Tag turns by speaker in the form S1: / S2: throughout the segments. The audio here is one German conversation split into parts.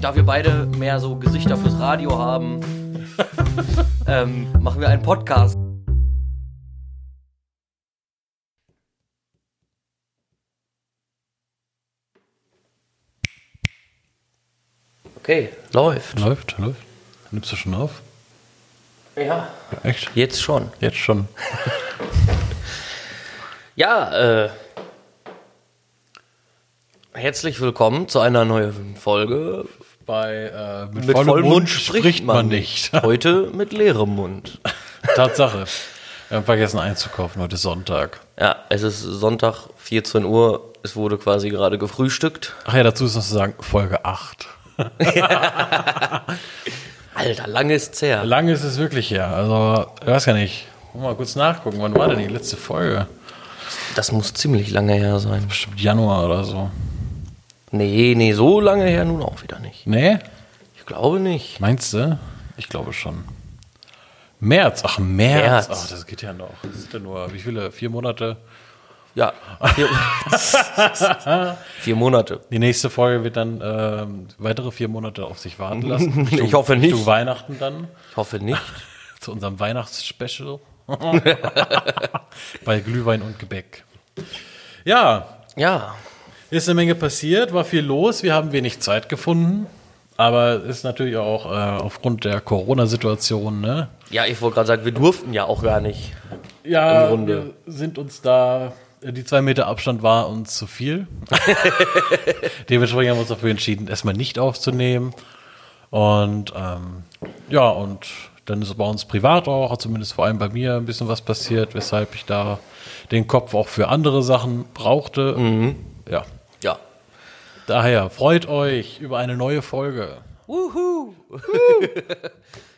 S1: da wir beide mehr so Gesichter fürs Radio haben, ähm, machen wir einen Podcast. Okay, läuft.
S2: Läuft, läuft. Nimmst du schon auf?
S1: Ja.
S2: Echt?
S1: Jetzt schon.
S2: Jetzt schon.
S1: Ja, äh, herzlich willkommen zu einer neuen Folge.
S2: Bei äh, mit,
S1: Mit
S2: vollem
S1: vollem
S2: Mund spricht man nicht.
S1: Heute mit leerem Mund.
S2: Tatsache. Wir haben vergessen einzukaufen, heute ist Sonntag.
S1: Ja, es ist Sonntag, 14 Uhr. Es wurde quasi gerade gefrühstückt.
S2: Ach ja, dazu ist noch zu sagen, Folge 8.
S1: Alter, lange ist's her.
S2: Lang ist es wirklich her. Also, ich weiß gar nicht. Mal kurz nachgucken, wann war denn die letzte Folge?
S1: Das muss ziemlich lange her sein.
S2: Bestimmt Januar oder so.
S1: Nee, nee, so lange her nun auch wieder nicht.
S2: Nee?
S1: Ich glaube nicht.
S2: Meinst du? Ich glaube schon. März, ach März.
S1: März.
S2: Ach, das geht ja noch. Das sind ja nur, wie viele? Vier Monate?
S1: Ja, vier, vier Monate.
S2: Die nächste Folge wird dann ähm, weitere vier Monate auf sich warten lassen.
S1: Ich hoffe nicht.
S2: Zu Weihnachten dann,
S1: Ich hoffe nicht.
S2: zu unserem Weihnachtsspecial. Bei Glühwein und Gebäck. Ja,
S1: Ja,
S2: ist eine Menge passiert, war viel los, wir haben wenig Zeit gefunden. Aber ist natürlich auch äh, aufgrund der Corona-Situation, ne?
S1: ja, ich wollte gerade sagen, wir durften ja auch gar nicht.
S2: Ja,
S1: Im Grunde.
S2: wir sind uns da, äh, die zwei Meter Abstand war uns zu viel. Dementsprechend haben wir uns dafür entschieden, erstmal nicht aufzunehmen. Und ähm, ja, und dann ist bei uns privat auch, zumindest vor allem bei mir, ein bisschen was passiert, weshalb ich da den Kopf auch für andere Sachen brauchte. Ja,
S1: Ja.
S2: daher freut euch über eine neue Folge.
S1: Wuhu.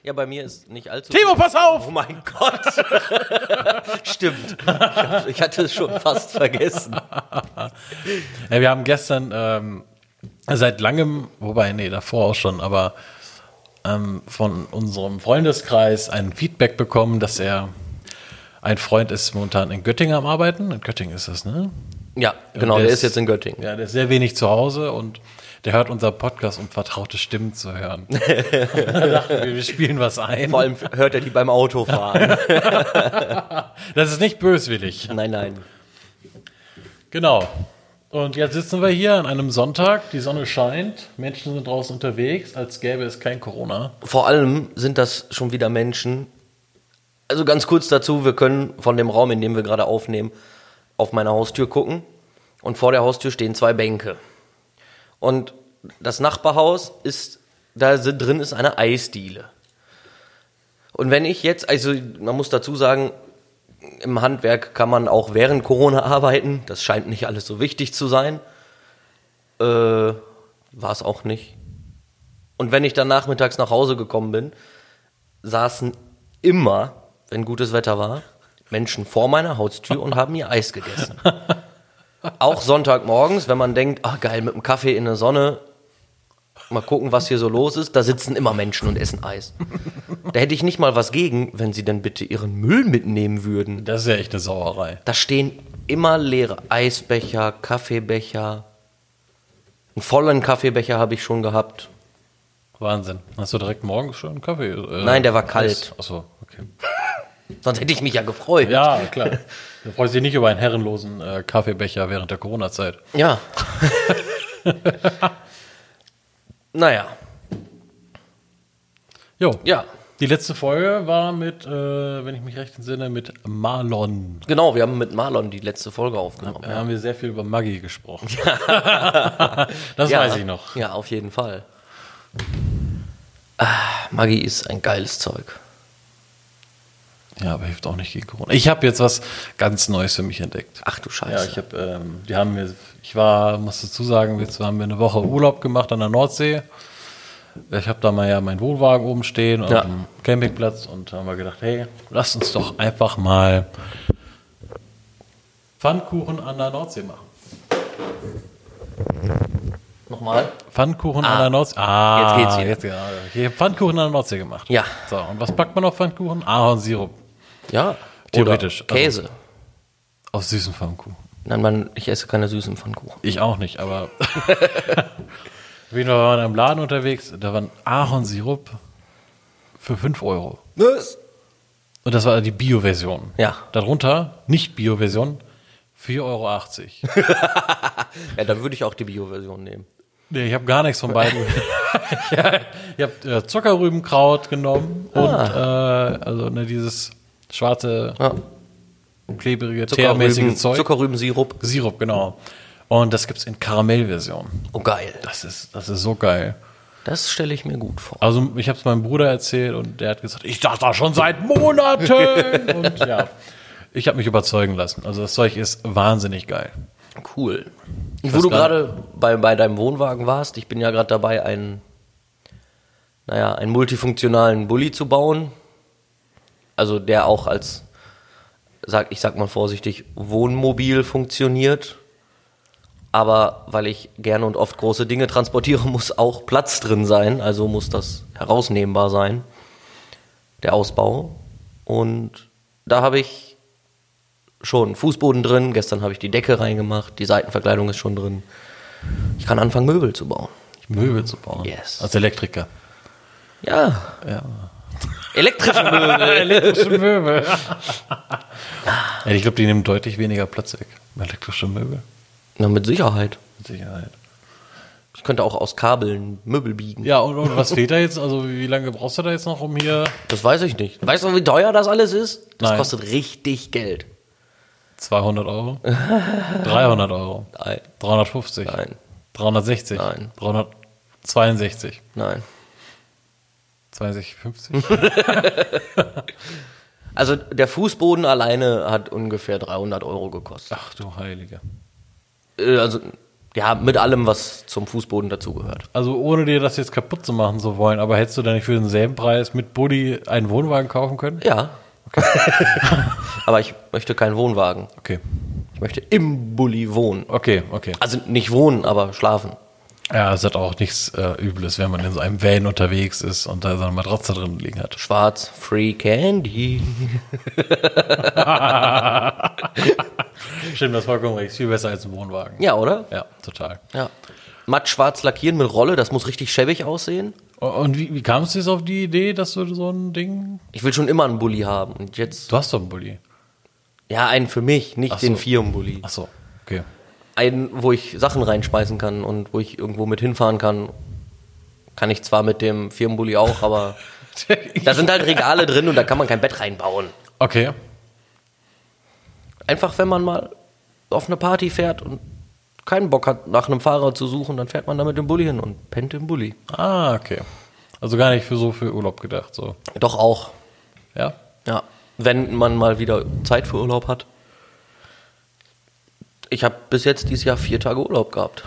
S1: Ja, bei mir ist nicht allzu.
S2: Timo, pass auf!
S1: Oh mein Gott! Stimmt. Ich, hab, ich hatte es schon fast vergessen.
S2: Ja, wir haben gestern ähm, seit langem, wobei, nee, davor auch schon, aber ähm, von unserem Freundeskreis ein Feedback bekommen, dass er ein Freund ist momentan in Göttingen am Arbeiten. In Göttingen ist das, ne?
S1: Ja, genau,
S2: Und
S1: der ist jetzt in Göttingen.
S2: Ja, der ist sehr wenig zu Hause und der hört unseren Podcast, um vertraute Stimmen zu hören. da dachten wir, wir spielen was ein.
S1: Vor allem hört er die beim Autofahren.
S2: Das ist nicht böswillig.
S1: nein, nein.
S2: Genau. Und jetzt sitzen wir hier an einem Sonntag, die Sonne scheint, Menschen sind draußen unterwegs, als gäbe es kein Corona.
S1: Vor allem sind das schon wieder Menschen. Also ganz kurz dazu, wir können von dem Raum, in dem wir gerade aufnehmen, auf meine Haustür gucken. Und vor der Haustür stehen zwei Bänke. Und das Nachbarhaus ist, da sind- drin ist eine Eisdiele. Und wenn ich jetzt, also man muss dazu sagen, im Handwerk kann man auch während Corona arbeiten. Das scheint nicht alles so wichtig zu sein. Äh, war es auch nicht. Und wenn ich dann nachmittags nach Hause gekommen bin, saßen immer, wenn gutes Wetter war, Menschen vor meiner Haustür und haben ihr Eis gegessen. Auch Sonntagmorgens, wenn man denkt, ach geil, mit einem Kaffee in der Sonne, mal gucken, was hier so los ist, da sitzen immer Menschen und essen Eis. Da hätte ich nicht mal was gegen, wenn sie dann bitte ihren Müll mitnehmen würden.
S2: Das ist ja echt eine Sauerei.
S1: Da stehen immer leere Eisbecher, Kaffeebecher. Einen vollen Kaffeebecher habe ich schon gehabt.
S2: Wahnsinn. Hast du direkt morgens schon einen Kaffee? äh,
S1: Nein, der war
S2: Eis?
S1: kalt.
S2: Achso, okay.
S1: Sonst hätte ich mich ja gefreut.
S2: Ja, klar. Du freust dich nicht über einen herrenlosen äh, Kaffeebecher während der Corona-Zeit.
S1: Ja. naja,
S2: Jo.
S1: ja.
S2: Die letzte Folge war mit, äh, wenn ich mich recht entsinne, mit Marlon.
S1: Genau, wir haben mit Marlon die letzte Folge aufgenommen.
S2: Da haben wir sehr viel über Maggie gesprochen. das
S1: Ja.
S2: weiß ich noch.
S1: Ja, auf jeden Fall. Ah, Maggi ist ein geiles Zeug.
S2: Ja, aber hilft auch nicht gegen Corona. Ich habe jetzt was ganz Neues für mich entdeckt.
S1: Ach du
S2: Ja,
S1: Scheiße.
S2: ich habe, ähm, die haben mir, ich war, muss dazu sagen, jetzt haben wir eine Woche Urlaub gemacht an der Nordsee. Ich habe da mal ja meinen Wohnwagen oben stehen und
S1: Ja.
S2: einen Campingplatz und da haben wir gedacht, hey, lass uns doch einfach mal Pfannkuchen an der Nordsee machen.
S1: Nochmal.
S2: Pfannkuchen
S1: Ah,
S2: an der Nordsee. Ah,
S1: jetzt geht's wieder.
S2: Jetzt, geht's. ich habe Pfannkuchen an der Nordsee gemacht.
S1: Ja.
S2: So, und was packt man auf Pfannkuchen? Ahornsirup.
S1: Ja.
S2: Theoretisch, Also-
S1: Oder Käse.
S2: Aus süßen Pfannkuchen.
S1: Nein, man, ich esse keine süßen Pfannkuchen.
S2: Ich auch nicht, aber Auf jeden Fall waren wir im Laden unterwegs, da war ein Ahornsirup für 5 Euro.
S1: Was?
S2: Und das war die Bio-Version.
S1: Ja.
S2: Darunter, nicht Bio-Version, 4,80 Euro.
S1: Ja, dann würde ich auch die Bio-Version nehmen.
S2: nee, ich habe gar nichts von beiden. ja, ich habe äh, Zuckerrübenkraut genommen und
S1: Ah.
S2: äh, also ne, dieses schwarze,
S1: Ja.
S2: klebrige, teermäßige
S1: Ah. Zuckerrüben,
S2: Zeug.
S1: Zuckerrübensirup.
S2: Sirup, genau. Und das gibt's in Karamellversion.
S1: Oh, geil.
S2: Das ist, das ist so geil.
S1: Das stelle ich mir gut vor.
S2: Also ich habe es meinem Bruder erzählt und der hat gesagt, ich dachte das schon seit Monaten. und ja, ich habe mich überzeugen lassen. Also das Zeug ist wahnsinnig geil.
S1: Cool. Wo
S2: weiß
S1: du
S2: gar
S1: gerade bei, bei deinem Wohnwagen warst, ich bin ja gerade dabei, einen, naja, einen multifunktionalen Bulli zu bauen. Also der auch als, sag, ich sag mal vorsichtig, Wohnmobil funktioniert. Aber weil ich gerne und oft große Dinge transportiere, muss auch Platz drin sein. Also muss das herausnehmbar sein, der Ausbau. Und da habe ich schon Fußboden drin. Gestern habe ich die Decke reingemacht. Die Seitenverkleidung ist schon drin. Ich kann anfangen, Möbel zu bauen.
S2: Möbel zu bauen.
S1: Yes.
S2: Als Elektriker.
S1: Ja. Elektrische Möbel.
S2: Elektrische Möbel. ja, ich glaube, die nehmen deutlich weniger Platz weg. Elektrische Möbel.
S1: Na, mit Sicherheit.
S2: Mit Sicherheit.
S1: Ich könnte auch aus Kabeln Möbel biegen.
S2: Ja, und, und was fehlt da jetzt? Also wie lange brauchst du da jetzt noch, um hier
S1: Das weiß ich nicht. Weißt du, wie teuer das alles ist? Das
S2: Nein.
S1: kostet richtig Geld.
S2: 200 Euro? 300 Euro?
S1: Nein.
S2: 350?
S1: Nein.
S2: 360?
S1: Nein.
S2: 362?
S1: Nein.
S2: 62, 50?
S1: Also der Fußboden alleine hat ungefähr 300 Euro gekostet.
S2: Ach du Heilige.
S1: Äh, Also ja, mit allem, was zum Fußboden dazugehört.
S2: Also ohne dir das jetzt kaputt zu machen zu wollen, aber hättest du da nicht für denselben Preis mit Buddy einen Wohnwagen kaufen können?
S1: Ja. Aber ich möchte keinen Wohnwagen.
S2: Okay.
S1: Ich möchte im Bulli wohnen.
S2: Okay, okay.
S1: Also nicht wohnen, aber schlafen.
S2: Ja, es hat auch nichts äh, Übles, wenn man in so einem Van unterwegs ist und da seine Matratze drin liegen hat.
S1: Schwarz, Free Candy.
S2: Stimmt, das ist vollkommen recht. Ist Viel besser als ein Wohnwagen.
S1: Ja, oder?
S2: Ja, total.
S1: Ja. Matt schwarz lackieren mit Rolle, das muss richtig schäbig aussehen.
S2: O- Und wie, wie kamst du jetzt auf die Idee, dass du so ein Ding...
S1: Ich will schon immer einen Bulli haben. Und jetzt,
S2: Du hast doch einen Bulli.
S1: ja, einen für mich, nicht
S2: Ach so.
S1: den Firmenbulli.
S2: Ach so, okay.
S1: Einen, wo ich Sachen reinschmeißen kann und wo ich irgendwo mit hinfahren kann. Kann ich zwar mit dem Firmenbulli auch, aber da sind halt Regale drin und da kann man kein Bett reinbauen.
S2: Okay.
S1: Einfach, wenn man mal auf eine Party fährt und keinen Bock hat, nach einem Fahrer zu suchen, dann fährt man da mit dem Bulli hin und pennt im Bulli.
S2: Ah, okay. Also gar nicht für so viel Urlaub gedacht, so.
S1: Doch auch.
S2: Ja?
S1: Ja. Wenn man mal wieder Zeit für Urlaub hat. Ich habe bis jetzt dieses Jahr vier Tage Urlaub gehabt.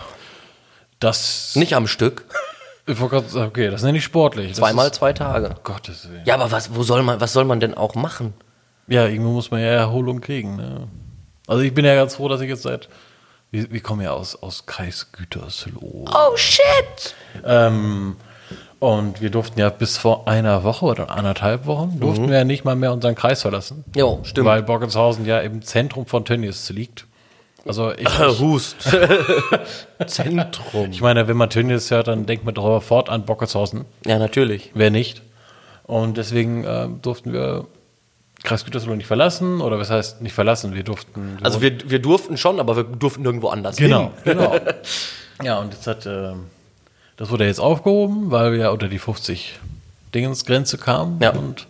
S2: Das...
S1: Nicht am Stück,
S2: Ich wollte gerade sagen, okay, das nenne ich sportlich. Das
S1: zweimal
S2: Ist, Oh
S1: zwei Tage.
S2: Gottes Willen.
S1: Ja, aber was, wo soll man, was soll man denn auch machen?
S2: Ja, irgendwo muss man ja Erholung kriegen. Ne? Also ich bin ja ganz froh, dass ich jetzt seit... Wir, wir kommen ja aus, aus Kreis Gütersloh.
S1: Oh shit!
S2: Ähm, und wir durften ja bis vor einer Woche oder anderthalb Wochen, durften wir ja nicht mal mehr unseren Kreis verlassen.
S1: Mhm. Jo, stimmt.
S2: Weil Borgenshausen ja im Zentrum von Tönnies liegt. Also ich,
S1: Hust. Zentrum.
S2: ich meine, wenn man Tönnies hört, dann denkt man doch sofort an Borgenshausen.
S1: Ja, natürlich.
S2: Wer nicht? Und deswegen ähm, durften wir Kreis Gütersloh nicht verlassen. Oder was heißt nicht verlassen? Wir durften... wir
S1: Also wir, wir durften schon, aber wir durften nirgendwo anders
S2: Genau,
S1: hin.
S2: genau. Ja, und jetzt hat, ähm, das wurde jetzt aufgehoben, weil wir ja unter die 50 Dingensgrenze kamen
S1: Ja.
S2: und,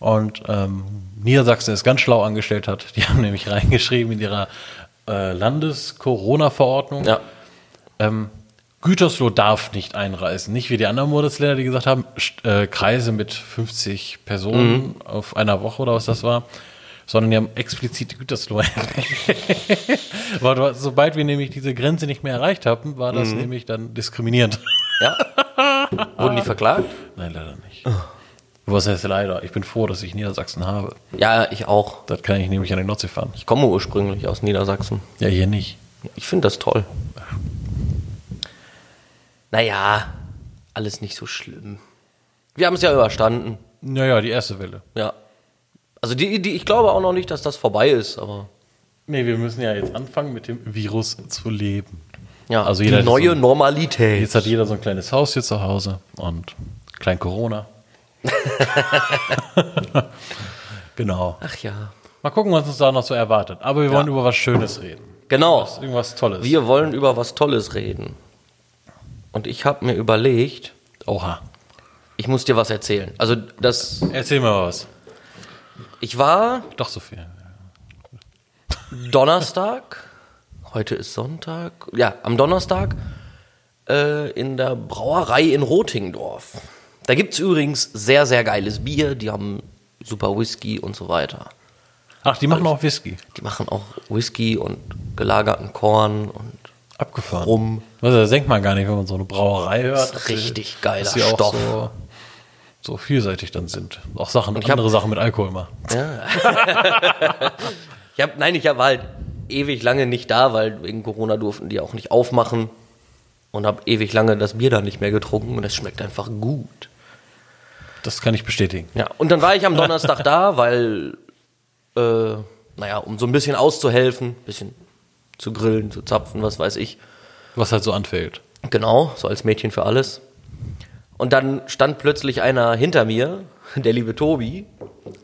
S2: und ähm, Niedersachsen es ganz schlau angestellt hat. Die haben nämlich reingeschrieben in ihrer äh, Landes-Corona-Verordnung,
S1: Ja.
S2: ähm, Gütersloh darf nicht einreisen. Nicht wie die anderen Bundesländer, die gesagt haben, St- äh, Kreise mit 50 Personen auf einer Woche oder was das war, sondern die haben explizit Gütersloh. Weil du- sobald wir nämlich diese Grenze nicht mehr erreicht haben, war das nämlich dann diskriminierend.
S1: Ja. Wurden die verklagt?
S2: Nein, leider nicht. Was heißt leider? Ich bin froh, dass ich Niedersachsen habe.
S1: Ja, ich auch.
S2: Das kann ich nämlich an den Nordsee fahren.
S1: Ich komme ursprünglich aus Niedersachsen.
S2: Ja, hier nicht.
S1: Ich finde das toll. Naja, alles nicht so schlimm. Wir haben es ja überstanden.
S2: Naja, die erste Welle.
S1: Ja. Also die, die, ich glaube auch noch nicht, dass das vorbei ist, aber
S2: Nee, wir müssen ja jetzt anfangen, mit dem Virus zu leben.
S1: Ja,
S2: also jeder
S1: die
S2: hat so
S1: neue
S2: ein-
S1: Normalität.
S2: Jetzt hat jeder so ein kleines Haus hier zu Hause und klein Corona. genau.
S1: Ach ja.
S2: Mal gucken, was uns da noch so erwartet. Aber wir wollen über was Schönes reden.
S1: Genau.
S2: Was, irgendwas Tolles.
S1: Wir wollen über was Tolles reden. Und ich habe mir überlegt,
S2: Oha.
S1: ich muss dir was erzählen. Also das,
S2: Erzähl mir was.
S1: ich war
S2: Doch so viel.
S1: Donnerstag, heute ist Sonntag, ja, am Donnerstag äh, in der Brauerei in Rotingdorf. Da gibt es übrigens sehr, sehr geiles Bier, die haben super Whisky und so weiter.
S2: Ach, die machen auch Whisky.
S1: Die machen auch Whisky und gelagerten Korn und
S2: Abgefahren.
S1: Rum.
S2: Also, das denkt man gar nicht, wenn man so eine Brauerei hört.
S1: Das ist
S2: dass die-
S1: richtig geiler
S2: dass die auch
S1: Stoff.
S2: So, so vielseitig dann sind. Auch Sachen,
S1: ich hab-
S2: andere Sachen mit Alkohol mal.
S1: Ja. ich hab, nein, ich hab- war halt ewig lange nicht da, weil wegen Corona durften die auch nicht aufmachen und habe ewig lange das Bier da nicht mehr getrunken und es schmeckt einfach gut.
S2: Das kann ich bestätigen.
S1: Ja, und dann war ich am Donnerstag da, weil, äh, naja, um so ein bisschen auszuhelfen, bisschen zu grillen, zu zapfen, was weiß ich.
S2: Was halt so anfällt.
S1: Genau, so als Mädchen für alles. Und dann stand plötzlich einer hinter mir, der liebe Tobi, und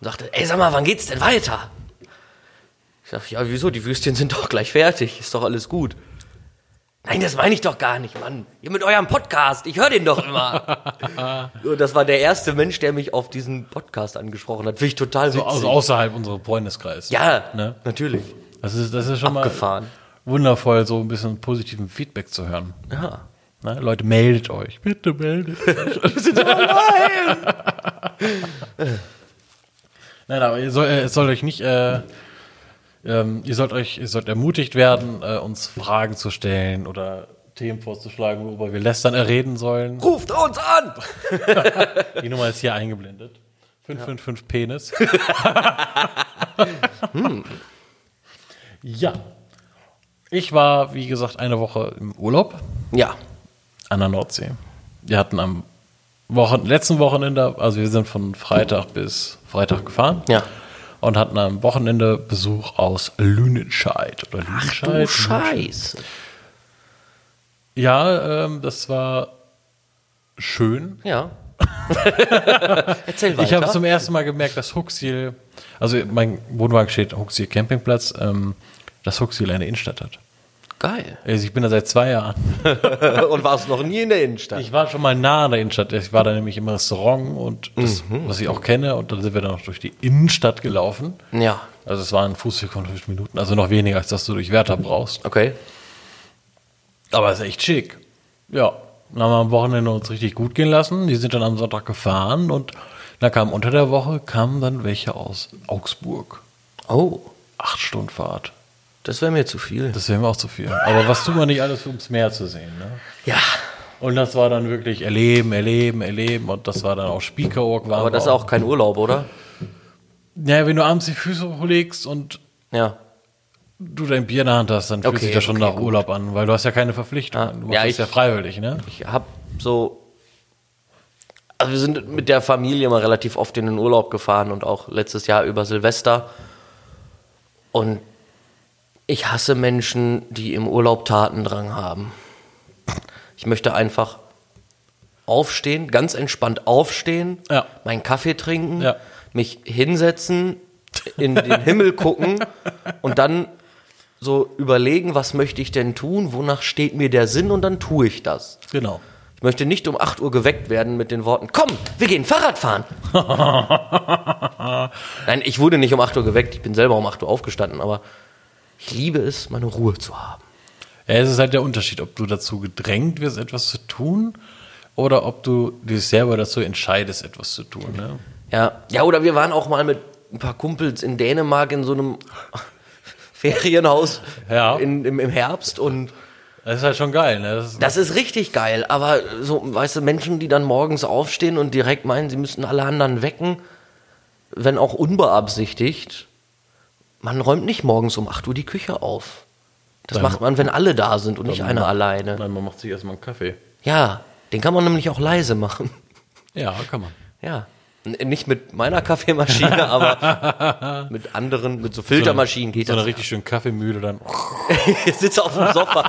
S1: sagte, ey, sag mal, wann geht's denn weiter? Ich dachte, ja, wieso, die Würstchen sind doch gleich fertig, ist doch alles gut. Nein, das meine ich doch gar nicht, Mann. Ihr mit eurem Podcast, ich höre den doch immer. und das war der erste Mensch, der mich auf diesen Podcast angesprochen hat. Finde ich total
S2: So
S1: witzig.
S2: also außerhalb unseres Freundeskreises.
S1: ja,
S2: Ne?
S1: natürlich.
S2: Das ist, das ist schon
S1: Abgefahren.
S2: mal wundervoll, so ein bisschen positiven Feedback zu hören.
S1: Ja.
S2: Ne? Leute, meldet euch. Bitte meldet Nein, aber ihr soll, äh, es soll euch nicht, äh, ähm, ihr sollt euch, ihr sollt ermutigt werden, äh, uns Fragen zu stellen oder Themen vorzuschlagen, worüber wir lästern äh, reden sollen.
S1: Ruft uns an!
S2: Die Nummer ist hier eingeblendet. 555 Penis. Ja. Ich war, wie gesagt, eine Woche im Urlaub
S1: Ja,
S2: an der Nordsee. Wir hatten am Wochen, letzten Wochenende, also wir sind von Freitag bis Freitag gefahren.
S1: Ja.
S2: Und hatten am Wochenende Besuch aus Lüdenscheid. Oder Lüdenscheid?
S1: du
S2: Lüdenscheid.
S1: Scheiße.
S2: Ja, ähm, das war schön.
S1: Ja. Erzähl weiter.
S2: Ich habe zum ersten Mal gemerkt, dass Huxil, also mein Wohnwagen steht Huxil Campingplatz, ähm, dass Huxil eine Innenstadt hat.
S1: Geil.
S2: Also ich bin da seit zwei Jahren.
S1: Und warst noch nie in der Innenstadt.
S2: Ich war schon mal nah an der Innenstadt. Ich war da nämlich im Restaurant und das,
S1: Mhm.
S2: was ich auch kenne. Und dann sind wir dann noch durch die Innenstadt gelaufen.
S1: ja.
S2: Also es waren Fußweg von fünf Minuten, also noch weniger, als dass du durch Werther brauchst.
S1: Okay.
S2: Aber es ist echt schick. Ja. Dann haben wir am Wochenende uns richtig gut gehen lassen. Die sind dann am Sonntag gefahren und da kamen unter der Woche kamen dann welche aus Augsburg.
S1: Oh,
S2: Acht Stunden Fahrt.
S1: das wäre mir zu viel.
S2: Das wäre mir auch zu viel. Aber was tut man nicht alles, ums Meer zu sehen, ne?
S1: ja.
S2: Und das war dann wirklich erleben, erleben, erleben. Und das war dann auch Spiekeroog. waren
S1: Aber das ist
S2: wir
S1: auch kein Urlaub, oder?
S2: Naja, wenn du abends die Füße hochlegst und
S1: Ja.
S2: du dein Bier in der Hand hast, dann fühlt
S1: Okay,
S2: sich das schon
S1: okay,
S2: nach
S1: gut.
S2: Urlaub an, weil du hast ja keine Verpflichtungen.
S1: Ah,
S2: du
S1: ja,
S2: machst
S1: ich-
S2: das ja freiwillig, ne?
S1: Ich hab so. Also, wir sind mit der Familie mal relativ oft in den Urlaub gefahren und auch letztes Jahr über Silvester. Und ich hasse Menschen, die im Urlaub Tatendrang haben. Ich möchte einfach aufstehen, ganz entspannt aufstehen,
S2: Ja.
S1: meinen Kaffee trinken,
S2: Ja.
S1: mich hinsetzen, in den Himmel gucken und dann so überlegen, was möchte ich denn tun, wonach steht mir der Sinn und dann tue ich das.
S2: Genau.
S1: Ich möchte nicht um 8 Uhr geweckt werden mit den Worten, komm, wir gehen Fahrrad fahren. Nein, ich wurde nicht um 8 Uhr geweckt, ich bin selber um 8 Uhr aufgestanden, aber ich liebe es, meine Ruhe zu haben.
S2: Ja, es ist halt der Unterschied, ob du dazu gedrängt wirst, etwas zu tun, oder ob du dich selber dazu entscheidest, etwas zu tun. Ne?
S1: Ja, ja oder wir waren auch mal mit ein paar Kumpels in Dänemark in so einem Ferienhaus
S2: Ja.
S1: in, im, im Herbst und
S2: Das ist halt schon geil. Ne? Das ist,
S1: das ist richtig geil, aber so, weißt du, Menschen, die dann morgens aufstehen und direkt meinen, sie müssten alle anderen wecken, wenn auch unbeabsichtigt, man räumt nicht morgens um 8 Uhr die Küche auf. Das
S2: Dann-
S1: macht man, wenn alle da sind und nicht
S2: dann-
S1: einer alleine.
S2: Nein, man macht sich erstmal einen Kaffee.
S1: Ja, den kann man nämlich auch leise machen.
S2: Ja, kann man.
S1: Ja. N- Nicht mit meiner Kaffeemaschine, aber mit anderen, mit so Filtermaschinen geht
S2: So eine
S1: das.
S2: richtig schöne Kaffeemühle dann.
S1: Ich sitze auf dem Sofa.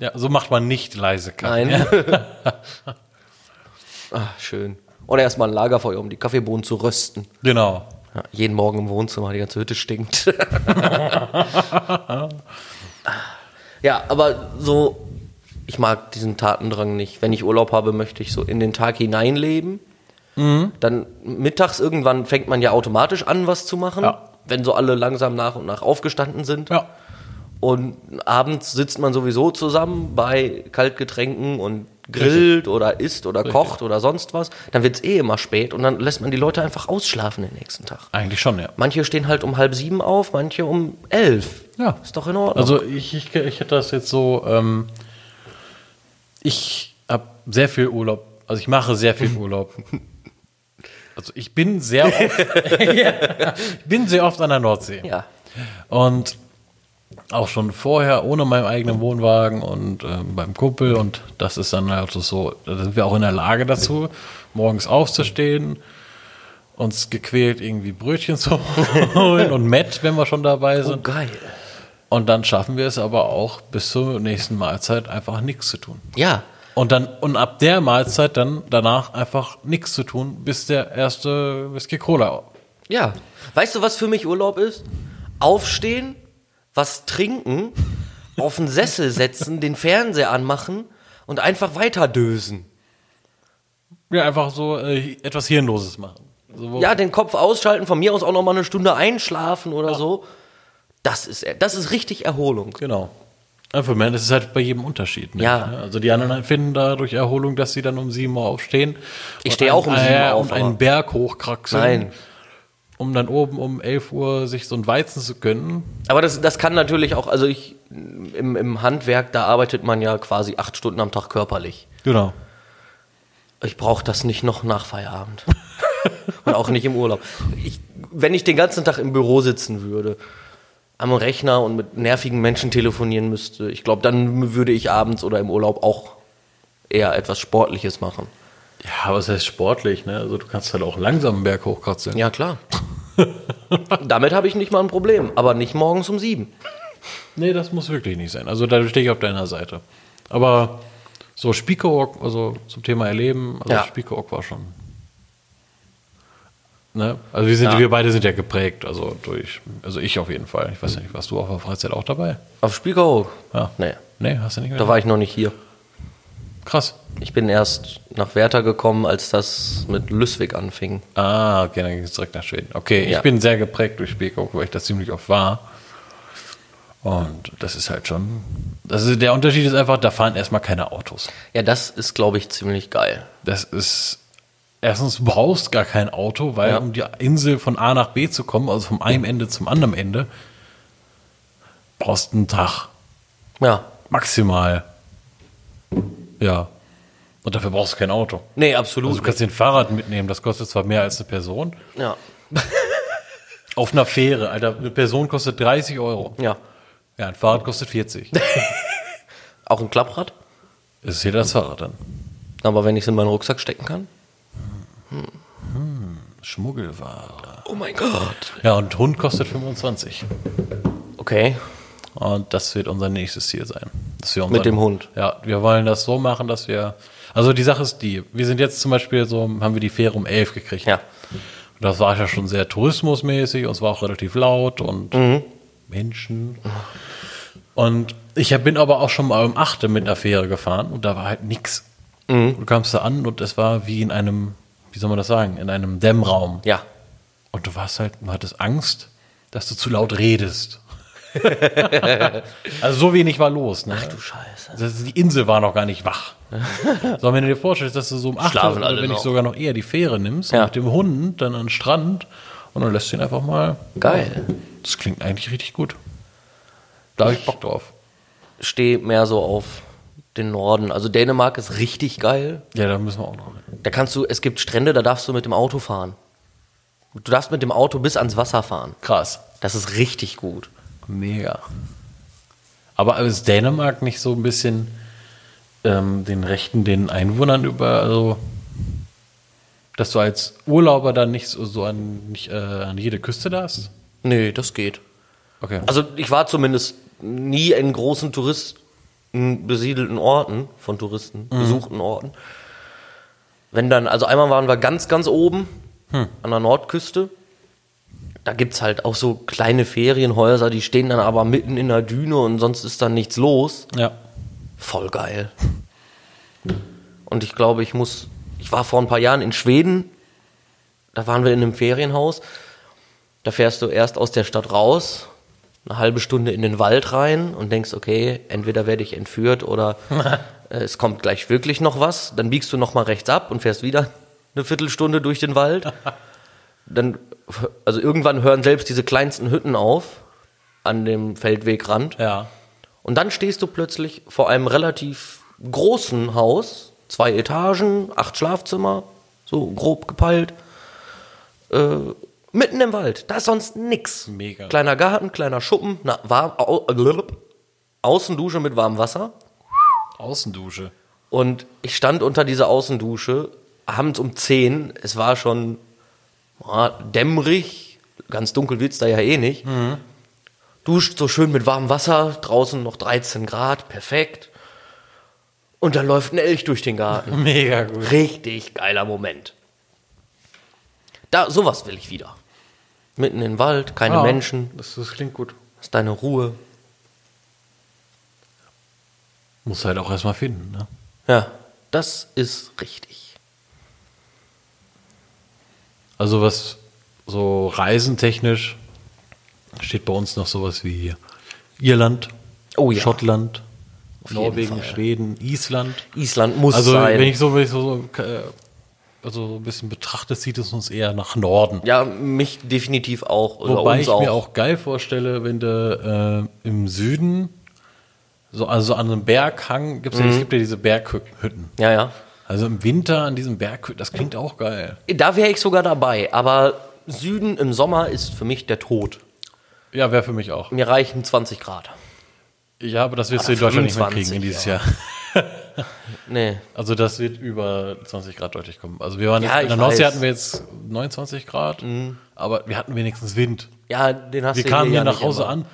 S2: Ja, so macht man nicht leise Kaffee.
S1: Nein. Ach, schön. Oder erstmal ein Lagerfeuer, um die Kaffeebohnen zu rösten.
S2: Genau.
S1: Ja, jeden Morgen im Wohnzimmer, die ganze Hütte stinkt. ja, aber so, ich mag diesen Tatendrang nicht. Wenn ich Urlaub habe, möchte ich so in den Tag hineinleben. Dann mittags irgendwann fängt man ja automatisch an, was zu machen,
S2: Ja.
S1: wenn so alle langsam nach und nach aufgestanden sind.
S2: Ja.
S1: Und abends sitzt man sowieso zusammen bei Kaltgetränken und grillt oder isst oder kocht oder sonst was. Dann wird es eh immer spät und dann lässt man die Leute einfach ausschlafen den nächsten Tag.
S2: Eigentlich schon, ja.
S1: Manche stehen halt um halb sieben auf, manche um elf.
S2: Ja.
S1: Ist doch in Ordnung.
S2: Also ich, ich, ich hätte das jetzt so, ähm, ich habe sehr viel Urlaub, also ich mache sehr viel Urlaub. Also ich bin sehr oft, ja, ich bin sehr oft an der Nordsee.
S1: ja.
S2: Und auch schon vorher ohne meinen eigenen Wohnwagen und ähm, beim Kumpel. Und das ist dann halt so, da sind wir auch in der Lage dazu, morgens aufzustehen, uns gequält irgendwie Brötchen zu holen und Met, wenn wir schon dabei
S1: Oh,
S2: sind.
S1: geil.
S2: Und dann schaffen wir es aber auch bis zur nächsten Mahlzeit einfach nichts zu tun.
S1: Ja.
S2: Und dann, und ab der Mahlzeit dann danach einfach nichts zu tun, bis der erste Whisky Cola.
S1: Ja. Weißt du, was für mich Urlaub ist? Aufstehen, was trinken, auf den Sessel setzen, den Fernseher anmachen und einfach weiter dösen.
S2: Ja, einfach so äh, etwas Hirnloses machen. So, wo-
S1: Ja, den Kopf ausschalten, von mir aus auch noch mal eine Stunde einschlafen oder so. Das ist, das ist richtig Erholung.
S2: Genau. Ja, Für Männer ist es halt bei jedem Unterschied. ne?
S1: Ja.
S2: Also die anderen finden dadurch Erholung, dass sie dann um 7 Uhr aufstehen.
S1: Ich
S2: und
S1: stehe auch um
S2: einen-
S1: 7 Uhr
S2: ja,
S1: auf,
S2: Und
S1: aber-
S2: einen Berg hochkraxeln.
S1: Nein.
S2: Um dann oben um 11 Uhr sich so ein Weizen zu gönnen.
S1: Aber das, das kann natürlich auch, also ich, im, im Handwerk, da arbeitet man ja quasi acht Stunden am Tag körperlich.
S2: Genau.
S1: Ich brauche das nicht noch nach Feierabend. Und auch nicht im Urlaub. Ich, wenn ich den ganzen Tag im Büro sitzen würde, am Rechner und mit nervigen Menschen telefonieren müsste, ich glaube, dann würde ich abends oder im Urlaub auch eher etwas Sportliches machen.
S2: Ja, aber es heißt sportlich, ne? Also du kannst halt auch langsam einen Berg hochkraxeln.
S1: Ja, klar. Damit habe ich nicht mal ein Problem, aber nicht morgens um sieben.
S2: Nee, das muss wirklich nicht sein. Also da stehe ich auf deiner Seite. Aber so Spiekeroog, also zum Thema Erleben, also
S1: Ja.
S2: Spiekeroog war schon. Ne? Also wir, sind,
S1: Ja.
S2: wir beide sind ja geprägt, also durch, also ich auf jeden Fall. Ich weiß nicht, warst du auf der Freizeit auch dabei?
S1: Auf Spiegelhoch?
S2: Ja.
S1: Nee,
S2: Nee, hast du nicht mehr?
S1: da war ich noch nicht hier.
S2: Krass.
S1: Ich bin erst nach Werther gekommen, als das mit Lüswig anfing.
S2: Ah, okay, dann ging es direkt nach Schweden. Okay,
S1: Ja.
S2: ich bin sehr geprägt durch Spiekeroog, weil ich da ziemlich oft war. Und das ist halt schon. Also der Unterschied ist einfach, da fahren erstmal keine Autos.
S1: Ja, das ist, glaube ich, ziemlich geil.
S2: Das ist. Erstens, du brauchst gar kein Auto, weil
S1: Ja.
S2: um die Insel von A nach B zu kommen, also vom einem Ende zum anderen Ende, brauchst einen Tag.
S1: Ja.
S2: Maximal. Ja. Und dafür brauchst du kein Auto.
S1: Nee,
S2: Also du
S1: absolut.
S2: kannst den Fahrrad mitnehmen, das kostet zwar mehr als eine Person.
S1: ja.
S2: Auf einer Fähre, Alter, eine Person kostet 30 Euro.
S1: ja.
S2: Ja, ein Fahrrad kostet 40.
S1: Auch ein Klapprad.
S2: Das ist jeder das Fahrrad dann.
S1: Aber wenn ich es in meinen Rucksack stecken kann.
S2: Schmuggelware.
S1: Oh mein Gott.
S2: Ja, und Hund kostet 25.
S1: Okay.
S2: Und das wird unser nächstes Ziel sein. Dass wir
S1: Mit dem Hund.
S2: Ja, wir wollen das so machen, dass wir. Also die Sache ist die, wir sind jetzt zum Beispiel so, haben wir die Fähre um 11 gekriegt.
S1: Ja.
S2: Und das war ja schon sehr tourismusmäßig und es war auch relativ laut und Menschen. Und ich hab- bin aber auch schon mal um 8 mit einer Fähre gefahren und da war halt nix. Du kamst da an und es war wie in einem, wie soll man das sagen, in einem Dämmraum.
S1: Ja.
S2: Und du warst halt, du hattest Angst, dass du zu laut redest. also so wenig war los. Ne? Ach du
S1: Scheiße.
S2: das ist, die Insel war noch gar nicht wach. so, wenn du dir vorstellst, dass du so um 8
S1: Schlafen
S2: oder
S1: alle
S2: wenn ich
S1: noch.
S2: sogar noch eher die Fähre nimmst,
S1: Ja.
S2: mit dem Hund dann an den Strand und dann lässt du ihn einfach mal.
S1: Geil.
S2: Das klingt eigentlich richtig gut. Da habe ich Bock drauf.
S1: Stehe mehr so auf den Norden. Also Dänemark ist richtig geil.
S2: Ja, da müssen wir auch noch.
S1: Da kannst du, es gibt Strände, da darfst du mit dem Auto fahren. Du darfst mit dem Auto bis ans Wasser fahren.
S2: Krass.
S1: Das ist richtig gut.
S2: also Mega. Aber ist Dänemark nicht so ein bisschen ähm, den Rechten den Einwohnern über, also dass du als Urlauber dann nicht so, so an, nicht, äh, an jede Küste darfst?
S1: Nee, das geht.
S2: Okay. Also,
S1: Also ich war zumindest nie in großen Touristen besiedelten Orten, von Touristen besuchten Orten. Wenn dann, also einmal waren wir ganz, ganz oben an der Nordküste. Da gibt es halt auch so kleine Ferienhäuser, die stehen dann aber mitten in der Düne und sonst ist dann nichts los.
S2: ja.
S1: Voll geil. Und ich glaube, ich muss. Ich war vor ein paar Jahren in Schweden. Da waren wir in einem Ferienhaus. Da fährst du erst aus der Stadt raus, eine halbe Stunde in den Wald rein und denkst, okay, entweder werde ich entführt oder äh, es kommt gleich wirklich noch was. Dann biegst du nochmal rechts ab und fährst wieder eine Viertelstunde durch den Wald. Dann, also irgendwann hören selbst diese kleinsten Hütten auf an dem Feldwegrand.
S2: Ja.
S1: Und dann stehst du plötzlich vor einem relativ großen Haus, zwei Etagen, acht Schlafzimmer, so grob gepeilt, äh, mitten im Wald. Da ist sonst nix.
S2: Mega.
S1: Kleiner Garten, kleiner Schuppen, na, warm, au, äh, blub, Außendusche mit warmem Wasser.
S2: Außendusche.
S1: Und ich stand unter dieser Außendusche abends um 10. Es war schon ah, dämmerig. Ganz dunkel wird's da ja eh nicht.
S2: Mhm.
S1: Duscht so schön mit warmem Wasser. Draußen noch 13 Grad. Perfekt. Und da läuft ein Elch durch den Garten.
S2: Mega gut.
S1: Richtig geiler Moment. Da, sowas will ich wieder. Mitten im Wald, keine
S2: Ja,
S1: Menschen,
S2: Das, das klingt gut.
S1: ist deine Ruhe.
S2: Muss halt auch erstmal finden, ne?
S1: Ja, das ist richtig.
S2: Also was so reisentechnisch steht bei uns noch sowas wie Irland,
S1: Oh ja.
S2: Schottland,
S1: jeden
S2: Norwegen,
S1: Fall.
S2: Schweden, Island.
S1: Island muss
S2: Also
S1: sein.
S2: wenn ich so, wenn ich so, so äh, also so ein bisschen betrachte, zieht es uns eher nach Norden.
S1: Ja, mich definitiv auch. Oder
S2: Wobei
S1: uns
S2: ich
S1: auch.
S2: mir auch geil vorstelle, wenn du äh, im Süden, so, also an einem Berghang, gibt's ja,
S1: Mhm.
S2: es gibt ja diese Berghütten.
S1: Ja, ja.
S2: Also im Winter an diesem Berghütten, das klingt auch geil.
S1: Da wäre ich sogar dabei, aber Süden im Sommer ist für mich der Tod.
S2: Ja, wäre für mich auch.
S1: Mir reichen 20 Grad.
S2: Ja, aber das wirst du
S1: Aber
S2: in Deutschland nicht mehr
S1: 25,
S2: kriegen in dieses
S1: ja.
S2: Jahr.
S1: Nee.
S2: Also das wird über 20 Grad deutlich kommen. Also wir waren
S1: Ja,
S2: jetzt,
S1: ich
S2: in der Nordsee
S1: weiß. Mhm.
S2: hatten wir jetzt 29 Grad, aber wir hatten wenigstens Wind.
S1: Ja, den hast
S2: Wir
S1: du
S2: kamen hier
S1: ja
S2: nach
S1: nicht
S2: Hause
S1: immer.
S2: an.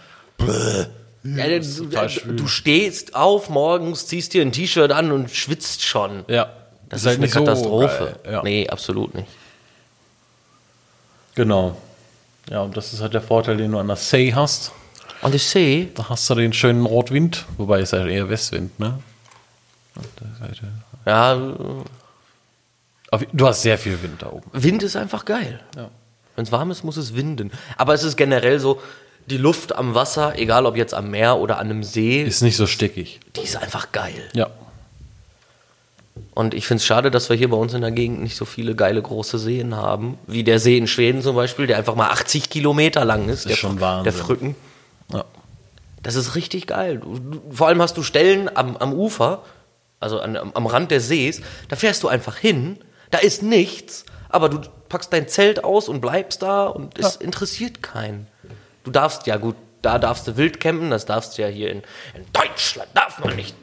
S1: Ja,
S2: das ist
S1: du,
S2: total
S1: du,
S2: schwül.
S1: du stehst auf morgens, ziehst dir ein T-Shirt an und schwitzt schon.
S2: Ja,
S1: Das ist,
S2: halt
S1: eine
S2: nicht so
S1: Katastrophe.
S2: geil. ja.
S1: Nee, absolut nicht.
S2: Genau. Ja, und das ist halt der Vorteil, den du an der See hast.
S1: Und ich sehe,
S2: Da hast du den schönen Rotwind, wobei es ja eher Westwind, ne?
S1: ja,
S2: Aber halt, äh, Du hast sehr viel Wind da oben.
S1: Wind ist einfach geil.
S2: Ja.
S1: Wenn es warm ist, muss es winden. Aber es ist generell so, die Luft am Wasser, egal ob jetzt am Meer oder an einem See,
S2: Ist nicht so stickig.
S1: die ist einfach geil.
S2: Ja.
S1: Und ich finde es schade, dass wir hier bei uns in der Gegend nicht so viele geile große Seen haben, wie der See in Schweden zum Beispiel, der einfach mal 80 Kilometer lang ist.
S2: ist
S1: der,
S2: schon
S1: Fr-
S2: Wahnsinn.
S1: Der Frücken.
S2: ja.
S1: Das ist richtig geil. Du- du- Vor allem hast du Stellen am, am Ufer, also an, am, am Rand des Sees, da fährst du einfach hin, da ist nichts, aber du packst dein Zelt aus und bleibst da und es interessiert keinen. Du darfst ja gut, da darfst du wild campen, das darfst du ja hier in, in Deutschland, darf man nicht.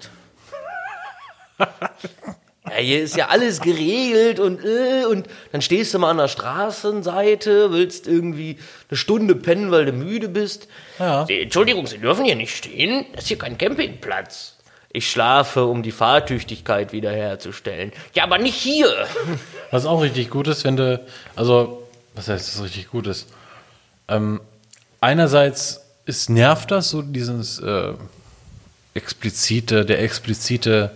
S1: Ja, hier ist ja alles geregelt und, äh, und dann stehst du mal an der Straßenseite, willst irgendwie eine Stunde pennen, weil du müde bist.
S2: Ja.
S1: Sie, Entschuldigung, Sie dürfen hier nicht stehen. Das ist hier kein Campingplatz. Ich schlafe, um die Fahrtüchtigkeit wiederherzustellen. Ja, aber nicht hier.
S2: Was auch richtig gut ist, wenn du, also, was heißt das richtig gut ist? Ähm, einerseits ist, nervt das so dieses äh, explizite, der explizite,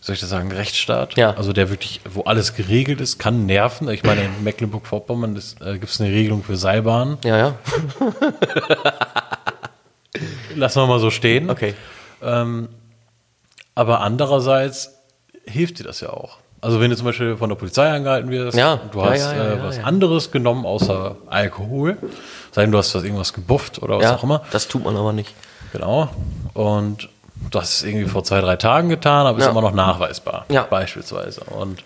S2: wie soll ich das sagen, Rechtsstaat?
S1: Ja.
S2: Also der wirklich, wo alles geregelt ist, kann nerven. Ich meine, in Mecklenburg-Vorpommern ist, äh, gibt es eine Regelung für Seilbahnen.
S1: Ja, ja.
S2: Lassen wir mal so stehen.
S1: Okay.
S2: Ähm, aber andererseits hilft dir das ja auch. Also wenn du zum Beispiel von der Polizei angehalten wirst,
S1: Ja,
S2: und du
S1: ja,
S2: hast
S1: ja, ja,
S2: äh,
S1: ja,
S2: was
S1: ja.
S2: anderes genommen außer Alkohol, sei denn du hast was irgendwas gebufft oder was
S1: ja
S2: auch immer.
S1: Das tut man aber nicht.
S2: Genau. Und du hast es irgendwie vor zwei, drei Tagen getan, aber ist
S1: Ja.
S2: immer noch nachweisbar,
S1: Ja.
S2: beispielsweise. Und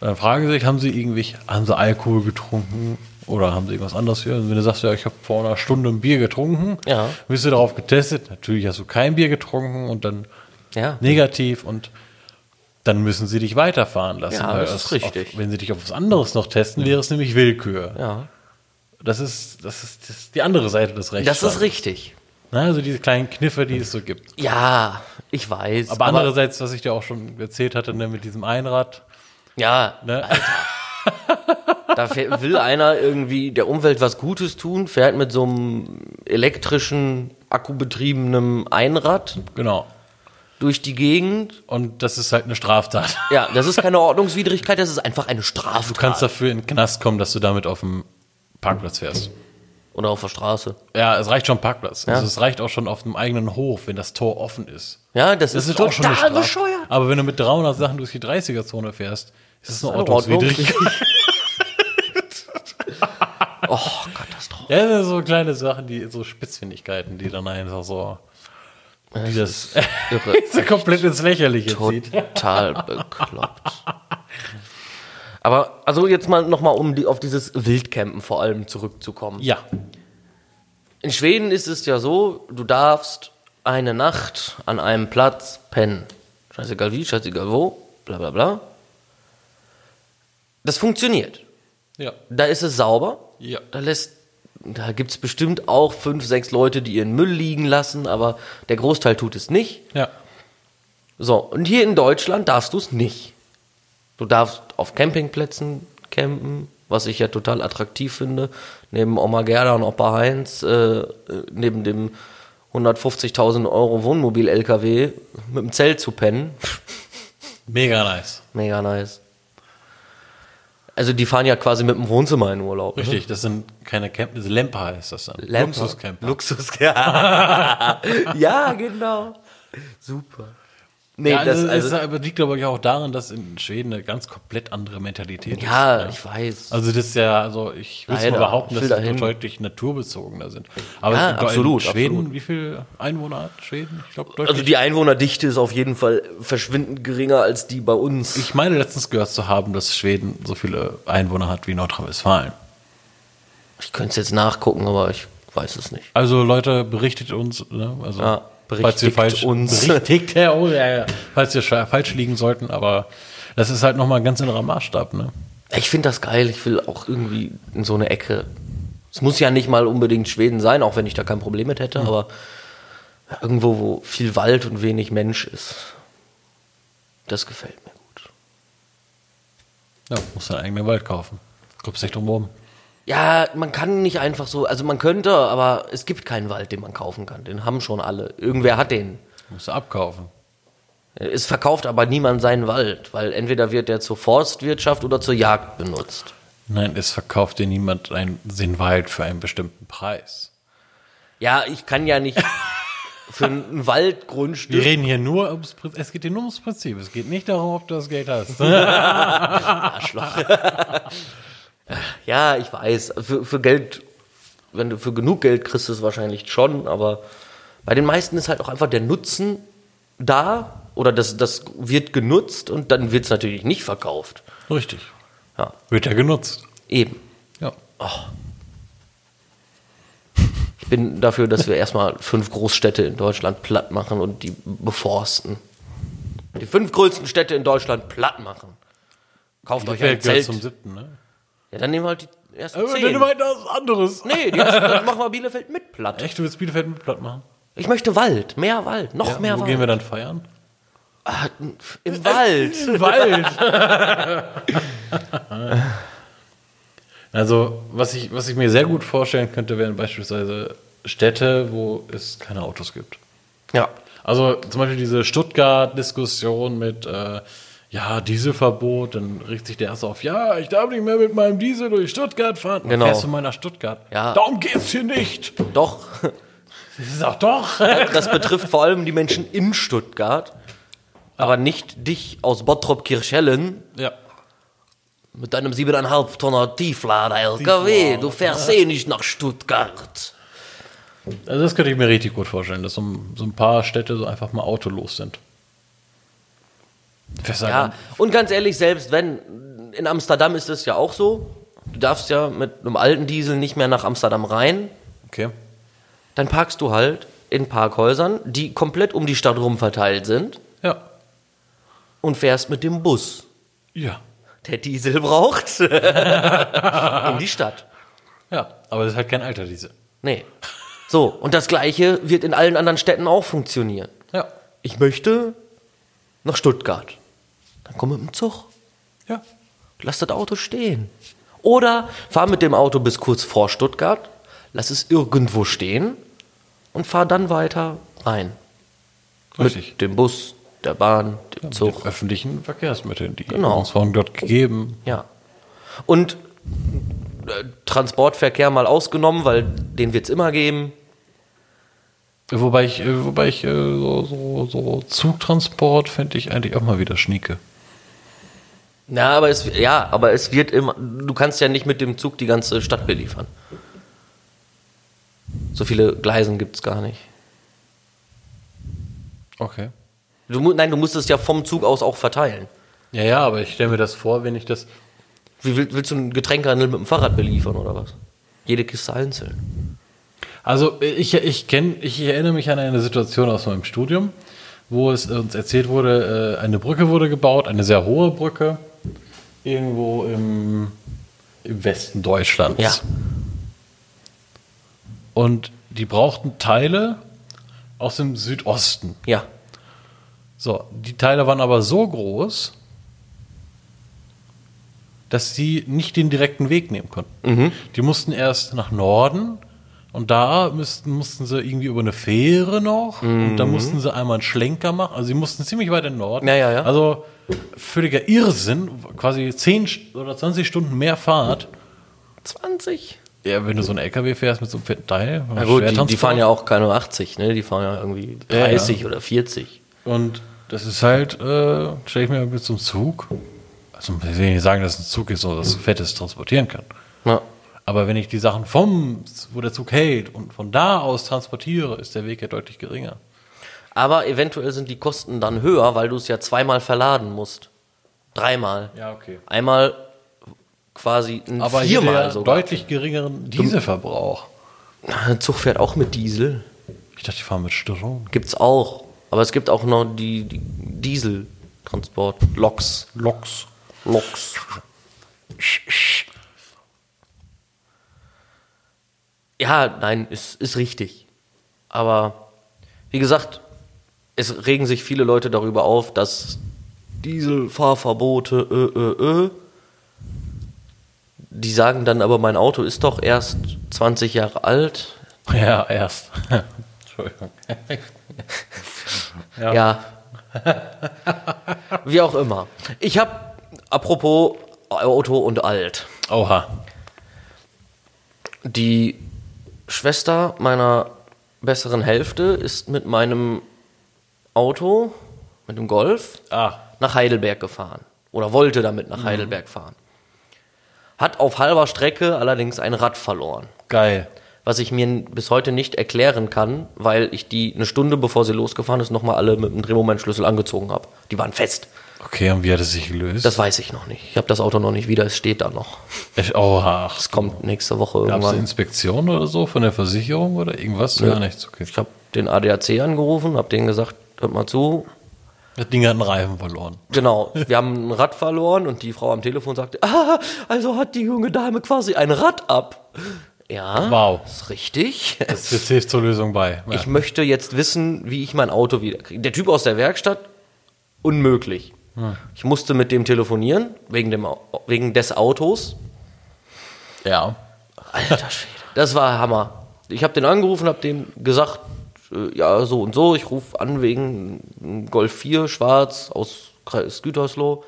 S2: dann fragen sie sich, haben sie irgendwie, haben sie Alkohol getrunken oder haben sie irgendwas anderes? hier? Und wenn du sagst, ja, ich habe vor einer Stunde ein Bier getrunken,
S1: Ja.
S2: wirst du darauf getestet. Natürlich hast du kein Bier getrunken und dann
S1: Ja.
S2: negativ und dann müssen sie dich weiterfahren lassen.
S1: Ja,
S2: weil
S1: das ist
S2: es auf-
S1: richtig.
S2: wenn sie dich auf was anderes noch testen, wäre es nämlich Willkür.
S1: Ja.
S2: Das, ist, das, ist, das ist die andere Seite des Rechts.
S1: Das ist richtig.
S2: Na, also diese kleinen Kniffe, die es so gibt.
S1: Ja, ich weiß.
S2: Aber, andererseits, was ich dir auch schon erzählt hatte, ne, mit diesem Einrad.
S1: ja,
S2: Ne?
S1: da fährt, will einer irgendwie der Umwelt was Gutes tun, fährt mit so einem elektrischen, akkubetriebenen Einrad
S2: Genau.
S1: durch die Gegend.
S2: Und das ist halt eine Straftat.
S1: Ja, das ist keine Ordnungswidrigkeit, das ist einfach eine Straftat.
S2: Du kannst dafür in den Knast kommen, dass du damit auf dem Parkplatz fährst.
S1: Oder auf der Straße.
S2: Ja, es reicht schon Parkplatz. Also es reicht auch schon auf einem eigenen Hof, wenn das Tor offen ist.
S1: Ja, das, ist, total
S2: Strafe.
S1: bescheuert.
S2: Aber wenn du mit 300 Sachen durch die 30er-Zone fährst, ist es eine
S1: eine
S2: Ordnungswidrigkeit.
S1: oh, Katastrophe.
S2: Ja, das sind so kleine Sachen, die so Spitzfindigkeiten, die dann einfach so die das
S1: irre.
S2: so komplett ins Lächerliche zieht.
S1: Total bekloppt. Aber also jetzt mal nochmal, um die, auf dieses Wildcampen vor allem zurückzukommen.
S2: Ja,
S1: In Schweden ist es ja so, du darfst eine Nacht an einem Platz pennen. Scheißegal wie, scheißegal wo, bla bla bla. Das funktioniert.
S2: ja,
S1: Da ist es sauber.
S2: Ja.
S1: Da lässt, da gibt es bestimmt auch fünf, sechs Leute, die ihren Müll liegen lassen, aber der Großteil tut es nicht.
S2: ja.
S1: So, und hier in Deutschland darfst du es nicht. Du darfst auf Campingplätzen campen, was ich ja total attraktiv finde. Neben Oma Gerda und Opa Heinz, äh, äh, neben dem 150.000 Euro Wohnmobil-LKW mit dem Zelt zu pennen.
S2: Mega nice.
S1: Mega nice. Also die fahren ja quasi mit dem Wohnzimmer in Urlaub. ne?
S2: Richtig, das sind keine Camper, Lemper heißt das dann.
S1: Lamper.
S2: Luxuscamper.
S1: Luxus, ja. ja, genau. Super. Nee,
S2: ja,
S1: das,
S2: also,
S1: also,
S2: es aber liegt glaube ich auch daran, dass in Schweden eine ganz komplett andere Mentalität ist.
S1: ja, ich weiß.
S2: Also das ist ja, also ich will es
S1: Leider.
S2: mal behaupten,
S1: Ich
S2: dass
S1: will
S2: sie
S1: dahin.
S2: deutlich naturbezogener sind. Aber
S1: Ja,
S2: in- in
S1: absolut,
S2: Schweden,
S1: absolut.
S2: wie viel Einwohner hat Schweden? Ich glaube deutlich.
S1: Also die Einwohnerdichte ist auf jeden Fall verschwindend geringer als die bei uns.
S2: ich meine letztens gehört zu haben, dass Schweden so viele Einwohner hat wie Nordrhein-Westfalen.
S1: Ich könnte es jetzt nachgucken, aber ich weiß es nicht.
S2: Also Leute, berichtet uns, ne? Also
S1: Ja,
S2: falls wir
S1: berichtigt
S2: falsch
S1: uns.
S2: berichtigt, ja, oh, ja, ja. falls wir scha- falsch liegen sollten, aber das ist halt nochmal ein ganz anderer Maßstab, ne?
S1: Ich finde das geil. Ich will auch irgendwie in so eine Ecke. Es muss ja nicht mal unbedingt Schweden sein, auch wenn ich da kein Problem mit hätte, aber irgendwo, wo viel Wald und wenig Mensch ist. Das gefällt mir gut.
S2: Ja, musst deinen eigenen Wald kaufen. Kommst nicht drum rum.
S1: Ja, man kann nicht einfach so, also man könnte, aber es gibt keinen Wald, den man kaufen kann. Den haben schon alle. Irgendwer hat den.
S2: Musst du abkaufen.
S1: Es verkauft aber niemand seinen Wald, weil entweder wird der zur Forstwirtschaft oder zur Jagd benutzt.
S2: Nein, es verkauft dir niemand ein, den Wald für einen bestimmten Preis.
S1: Ja, ich kann ja nicht für ein
S2: Wir
S1: Waldgrundstück.
S2: reden hier nur ums Prinzip. Es geht dir nur ums Prinzip. Es geht nicht darum, ob du das Geld hast.
S1: Ja, ich weiß. Für, für Geld, wenn du für genug Geld kriegst, ist wahrscheinlich schon, aber bei den meisten ist halt auch einfach der Nutzen da oder das, das wird genutzt und dann wird es natürlich nicht verkauft.
S2: Richtig.
S1: Ja,
S2: Wird ja genutzt.
S1: eben.
S2: Ja.
S1: Ich bin dafür, dass wir erstmal fünf Großstädte in Deutschland platt machen und die beforsten. Die fünf größten Städte in Deutschland platt machen. Kauft euch ein
S2: Welt gehört
S1: Zelt.
S2: zum siebten, ne?
S1: Ja, dann nehmen wir halt die ersten
S2: Aber
S1: zehn.
S2: Dann meint das anderes.
S1: Nee, die ersten, dann machen wir Bielefeld mit platt.
S2: Echt, du willst Bielefeld mit platt machen?
S1: Ich möchte Wald, mehr Wald, noch
S2: Ja,
S1: mehr
S2: Wo
S1: Wald.
S2: gehen wir dann feiern?
S1: Ah, Im Wald.
S2: Im Wald. also, was ich, was ich mir sehr gut vorstellen könnte, wären beispielsweise Städte, wo es keine Autos gibt.
S1: Ja.
S2: Also zum Beispiel diese Stuttgart-Diskussion mit äh, ja, Dieselverbot, dann richtet sich der erste auf, ja, ich darf nicht mehr mit meinem Diesel durch Stuttgart fahren. Dann
S1: Genau.
S2: Fährst du mal nach Stuttgart.
S1: Ja.
S2: Darum geht's hier nicht.
S1: Doch,
S2: Das ist auch doch.
S1: das betrifft vor allem die Menschen in Stuttgart, aber nicht dich aus Bottrop-Kirchhellen
S2: ja.
S1: mit deinem 7,5 Tonner Tieflader LKW.
S2: Tieflader.
S1: Du fährst eh nicht nach Stuttgart.
S2: Also das könnte ich mir richtig gut vorstellen, dass so, ein- so ein paar Städte so einfach mal autolos sind. Fährst du
S1: Ja,
S2: dann-
S1: und ganz ehrlich, selbst wenn, in Amsterdam ist es ja auch so, du darfst ja mit einem alten Diesel nicht mehr nach Amsterdam rein,
S2: Okay.
S1: dann parkst du halt in Parkhäusern, die komplett um die Stadt rum verteilt sind.
S2: Ja.
S1: und fährst mit dem Bus,
S2: Ja.
S1: der Diesel braucht, in die Stadt.
S2: Ja. Aber das ist halt kein alter Diesel.
S1: Nee. So, und das Gleiche wird in allen anderen Städten auch funktionieren.
S2: Ja.
S1: Ich möchte nach Stuttgart. Dann komm mit dem Zug.
S2: Ja.
S1: Lass das Auto stehen. Oder fahr mit dem Auto bis kurz vor Stuttgart, lass es irgendwo stehen und fahr dann weiter rein.
S2: Richtig.
S1: Mit dem Bus, der Bahn, dem
S2: Mit
S1: Zug.
S2: den öffentlichen Verkehrsmitteln, die
S1: Genau.
S2: uns von dort gegeben.
S1: Ja. Und äh, Transportverkehr mal ausgenommen, weil den wird es immer geben.
S2: Wobei ich, äh, wobei ich äh, so, so, so Zugtransport fände ich eigentlich auch mal wieder schnieke.
S1: Na, aber es, ja, aber es wird immer, du kannst ja nicht mit dem Zug die ganze Stadt beliefern. So viele Gleisen gibt es gar nicht.
S2: Okay.
S1: Du, mu- nein, du musst es ja vom Zug aus auch verteilen.
S2: Ja, ja, aber ich stelle mir das vor, wenn ich das.
S1: Wie will, willst du einen Getränkehandel mit dem Fahrrad beliefern oder was? Jede Kiste einzeln.
S2: Also ich, ich kenne, ich erinnere mich an eine Situation aus meinem Studium, wo es uns erzählt wurde, äh, eine Brücke wurde gebaut, eine sehr hohe Brücke, irgendwo im, im Westen Deutschlands.
S1: Ja.
S2: Und die brauchten Teile aus dem Südosten.
S1: Ja.
S2: So, die Teile waren aber so groß, dass sie nicht den direkten Weg nehmen konnten.
S1: Mhm.
S2: Die mussten erst nach Norden und da müssten, mussten sie irgendwie über eine Fähre noch und da mussten sie einmal einen Schlenker machen. Also sie mussten ziemlich weit in den Norden.
S1: Mhm. Ja, ja, ja.
S2: Also völliger Irrsinn, quasi 10 St- oder 20 Stunden mehr Fahrt.
S1: 20.
S2: Ja, wenn du so einen LKW fährst mit so einem fetten Teil.
S1: Na gut, die, die fahren ja auch keine 80, ne? Die fahren ja irgendwie
S2: Ja, ja.
S1: 30 oder 40.
S2: Und das ist halt, äh, stelle ich mir mit so einem Zug, also ich will nicht sagen, dass ein Zug ist, sondern dass es Fettes transportieren kann.
S1: Ja.
S2: Aber wenn ich die Sachen vom, wo der Zug hält und von da aus transportiere, ist der Weg ja deutlich geringer.
S1: Aber eventuell sind die Kosten dann höher, weil du es ja zweimal verladen musst. Dreimal.
S2: Ja, okay.
S1: Einmal quasi ein
S2: Aber hier
S1: viermal
S2: der
S1: sogar.
S2: deutlich geringeren Dieselverbrauch.
S1: Ein Zug fährt auch mit Diesel.
S2: Ich dachte, die fahren mit Strom.
S1: Gibt's auch. Aber es gibt auch noch die, die Dieseltransport. Loks.
S2: Loks.
S1: Loks. Ja, nein, ist, ist richtig. Aber wie gesagt, es regen sich viele Leute darüber auf, dass Dieselfahrverbote, ö, ö, ö. Die sagen dann aber, mein Auto ist doch erst 20 Jahre alt.
S2: Ja, erst. Entschuldigung. ja.
S1: Ja. Wie auch immer. Ich habe, apropos Auto und alt,
S2: Oha.
S1: die Schwester meiner besseren Hälfte ist mit meinem Auto, mit dem Golf,
S2: Ah.
S1: nach Heidelberg gefahren. Oder wollte damit nach Heidelberg fahren. Hat auf halber Strecke allerdings ein Rad verloren.
S2: Geil.
S1: was ich mir bis heute nicht erklären kann, weil ich die eine Stunde bevor sie losgefahren ist, nochmal alle mit dem Drehmomentschlüssel angezogen habe. Die waren fest.
S2: Okay, und wie hat es sich gelöst?
S1: Das weiß ich noch nicht. Ich habe das Auto noch nicht wieder, es steht da noch.
S2: Echt, oha.
S1: Es kommt nächste Woche
S2: Gab es
S1: irgendwann.
S2: Inspektion oder so von der Versicherung oder irgendwas?
S1: Nö.
S2: Gar nichts. Okay.
S1: Ich habe den ADAC angerufen, habe denen gesagt, hört mal zu.
S2: Das Ding hat einen Reifen verloren.
S1: Genau, wir haben ein Rad verloren und die Frau am Telefon sagte, ah, also hat die junge Dame quasi ein Rad ab. Ja,
S2: Wow.
S1: ist richtig.
S2: Das, das hilft zur Lösung bei. Ja.
S1: Ich möchte jetzt wissen, wie ich mein Auto wiederkriege. Der Typ aus der Werkstatt, unmöglich. Ich musste mit dem telefonieren, wegen, dem, Au- wegen des Autos.
S2: ja.
S1: Alter Schwede. Das war Hammer. Ich habe den angerufen, habe dem gesagt, äh, ja, so und so, ich rufe an wegen Golf 4 schwarz aus Kreis Gütersloh.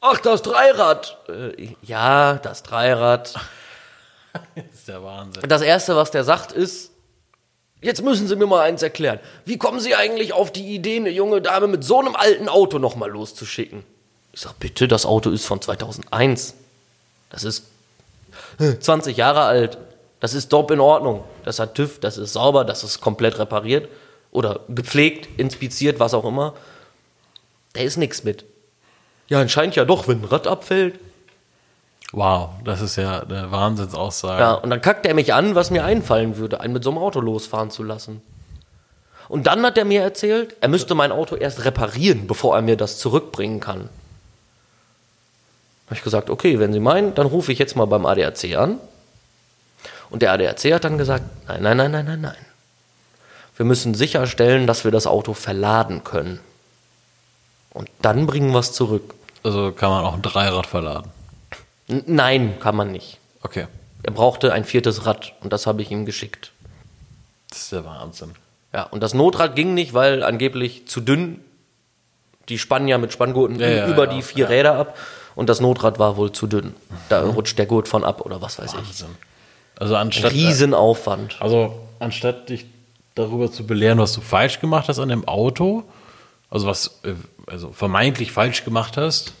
S1: Ach, das Dreirad. Äh, ja, das Dreirad.
S2: Das ist der Wahnsinn.
S1: Das Erste, was der sagt, ist, jetzt müssen Sie mir mal eins erklären. Wie kommen Sie eigentlich auf die Idee, eine junge Dame mit so einem alten Auto nochmal loszuschicken? Ich sag, bitte, das Auto ist von 2001. Das ist 20 Jahre alt. Das ist dopp in Ordnung. Das hat TÜV, das ist sauber, das ist komplett repariert oder gepflegt, inspiziert, was auch immer. Da ist nichts mit. Ja, anscheinend ja doch, wenn ein Rad abfällt.
S2: Wow, das ist ja eine Wahnsinnsaussage.
S1: Ja, und dann kackt er mich an, was mir einfallen würde, einen mit so einem Auto losfahren zu lassen. Und dann hat er mir erzählt, er müsste mein Auto erst reparieren, bevor er mir das zurückbringen kann. Habe ich gesagt, okay, wenn Sie meinen, dann rufe ich jetzt mal beim ADAC an. Und der ADAC hat dann gesagt, nein, nein, nein, nein, nein, nein. Wir müssen sicherstellen, dass wir das Auto verladen können. Und dann bringen wir es zurück.
S2: Also kann man auch ein Dreirad verladen.
S1: N nein, kann man nicht.
S2: Okay.
S1: Er brauchte ein viertes Rad und das habe ich ihm geschickt.
S2: Das ist der Wahnsinn.
S1: Ja, und das Notrad ging nicht, weil angeblich zu dünn. Die spannen ja mit Spanngurten
S2: Ja, ja,
S1: über
S2: ja,
S1: die vier Räder ab und das Notrad war wohl zu dünn.
S2: Mhm.
S1: Da rutscht der Gurt von ab oder was weiß ich.
S2: Wahnsinn. Also anstatt,
S1: Riesenaufwand.
S2: also anstatt dich darüber zu belehren, was du falsch gemacht hast an dem Auto, also was äh, also vermeintlich falsch gemacht hast,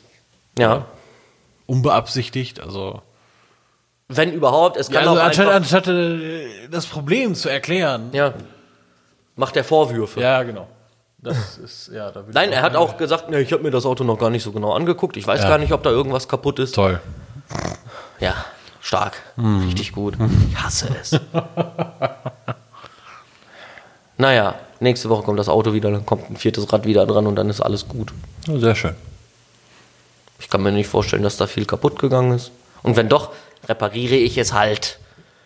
S1: Ja.
S2: unbeabsichtigt, also,
S1: Wenn überhaupt, es kann
S2: also
S1: auch
S2: anstatt,
S1: einfach,
S2: anstatt äh, das Problem zu erklären.
S1: ja, macht er Vorwürfe.
S2: Ja, genau. Das ist ja, da will
S1: Nein,
S2: ich
S1: er hat auch gesagt, nee, ich habe mir das Auto noch gar nicht so genau angeguckt. Ich weiß gar nicht, ob da irgendwas kaputt ist.
S2: toll.
S1: Ja, stark. Richtig gut. Ich hasse es. naja, nächste Woche kommt das Auto wieder, dann kommt ein viertes Rad wieder dran und dann ist alles gut.
S2: Ja, Sehr schön.
S1: Ich kann mir nicht vorstellen, dass da viel kaputt gegangen ist. Und wenn doch, repariere ich es halt.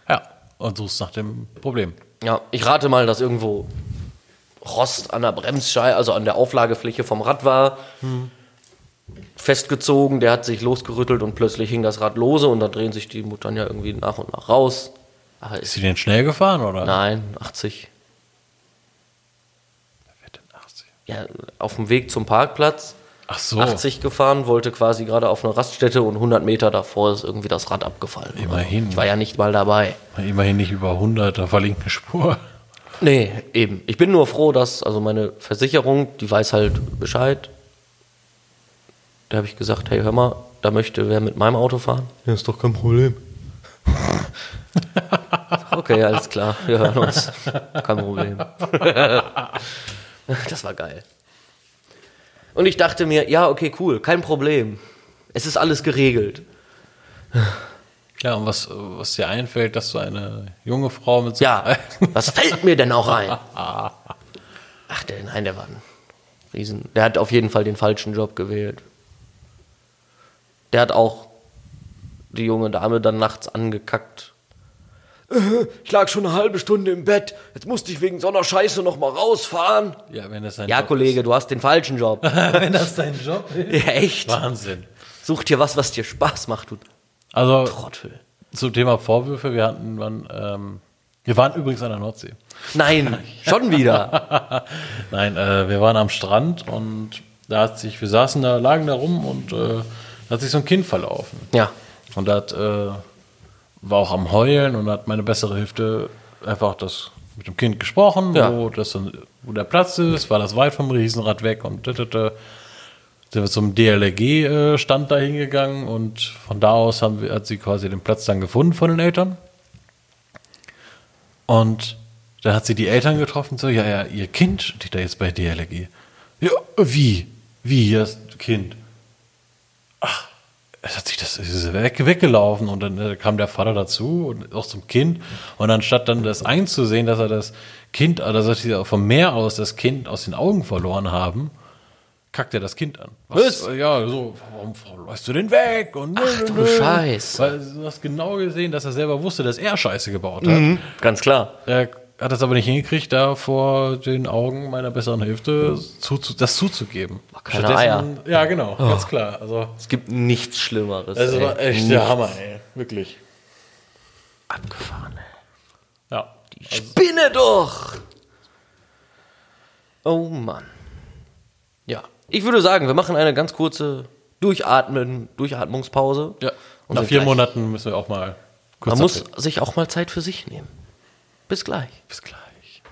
S2: Ja, und suchst nach dem Problem.
S1: Ja, ich rate mal, dass irgendwo Rost an der Bremsscheibe, also an der Auflagefläche vom Rad war. Festgezogen, der hat sich losgerüttelt und plötzlich hing das Rad lose und dann drehen sich die Muttern ja irgendwie nach und nach raus. Aber
S2: Ist
S1: ist,
S2: sie denn schnell gefahren oder?
S1: nein, 80.
S2: Wer denn 80?
S1: Ja, auf dem Weg zum Parkplatz,
S2: Ach so.
S1: 80 gefahren, wollte quasi gerade auf eine Raststätte und 100 Meter davor ist irgendwie das Rad abgefallen. oder so.
S2: Immerhin.
S1: Ich war ja nicht mal dabei.
S2: Immerhin nicht über 100 auf der linken Spur.
S1: Nee, eben. Ich bin nur froh, dass, also meine Versicherung, die weiß halt Bescheid. Da habe ich gesagt, hey, hör mal, da möchte wer mit meinem Auto fahren.
S3: Ja, ist doch kein Problem.
S1: Okay, alles klar, wir hören uns. Kein Problem. Das war geil. Und ich dachte mir, ja, okay, cool, kein Problem. Es ist alles geregelt.
S2: Ja, und was, was dir einfällt, dass du eine junge Frau mit so
S1: Ja, was fällt mir denn auch ein? Ach, der, nein, der war ein Riesen. Der hat auf jeden Fall den falschen Job gewählt. Der hat auch die junge Dame dann nachts angekackt. Äh, Ich lag schon eine halbe Stunde im Bett. Jetzt musste ich wegen so einer Scheiße noch mal rausfahren.
S2: ja, wenn das dein
S1: Ja,
S2: Job
S1: Kollege, du hast den falschen Job.
S2: ist. wenn das dein Job ist.
S1: Ja, echt.
S2: Wahnsinn.
S1: Such dir was, was dir Spaß macht, du
S2: Also
S1: Trottel.
S2: zum Thema Vorwürfe, wir hatten, waren, ähm, wir waren übrigens an der Nordsee.
S1: Nein, schon wieder.
S2: Nein, äh, wir waren am Strand und da hat sich, wir saßen da, lagen da rum und äh, da hat sich so ein Kind verlaufen.
S1: Ja.
S2: Und da hat, äh, war auch am Heulen und hat meine bessere Hälfte einfach das mit dem Kind gesprochen,
S1: Ja.
S2: wo, das, dann- wo der Platz ist, war das weit vom Riesenrad weg und da, da, da. sind wir zum DLRG-Stand äh, da hingegangen und von da aus haben wir, hat sie quasi den Platz dann gefunden von den Eltern. Und dann hat sie die Eltern getroffen, so, ja, ja, ihr Kind steht da jetzt bei DLRG. Ja, wie? Wie, das Kind? es hat sich das es ist weg, weggelaufen und dann äh, kam der Vater dazu und auch zum Kind und anstatt dann das einzusehen, dass er das Kind, äh, dass sie vom Meer aus das Kind aus den Augen verloren haben, kackt er das Kind an.
S1: Was?
S2: Äh, Ja, so, warum läufst du denn weg? Und
S1: Ach du Scheiße.
S2: Weil du hast genau gesehen, dass er selber wusste, dass er Scheiße gebaut hat.
S1: Mhm. Ganz klar.
S2: Er hat das aber nicht hingekriegt, da vor den Augen meiner besseren Hälfte zu, zu, das zuzugeben.
S1: keine Oh.
S2: Stattdessen- Ja, genau, ganz klar. Also,
S1: Es gibt nichts Schlimmeres.
S2: das
S1: ey.
S2: Also, war echt der Hammer, ey. Wirklich.
S1: Abgefahren, ey.
S2: Ja.
S1: Also Spinne doch! Oh Mann. Ja. Ich würde sagen, wir machen eine ganz kurze Durchatmen, Durchatmungspause.
S2: ja.
S1: Und
S2: Nach
S1: sind
S2: vier
S1: gleich-
S2: Monaten müssen wir auch mal kurz
S1: Man muss
S2: abdrehen.
S1: sich auch mal Zeit für sich nehmen. Bis gleich.
S2: Bis gleich.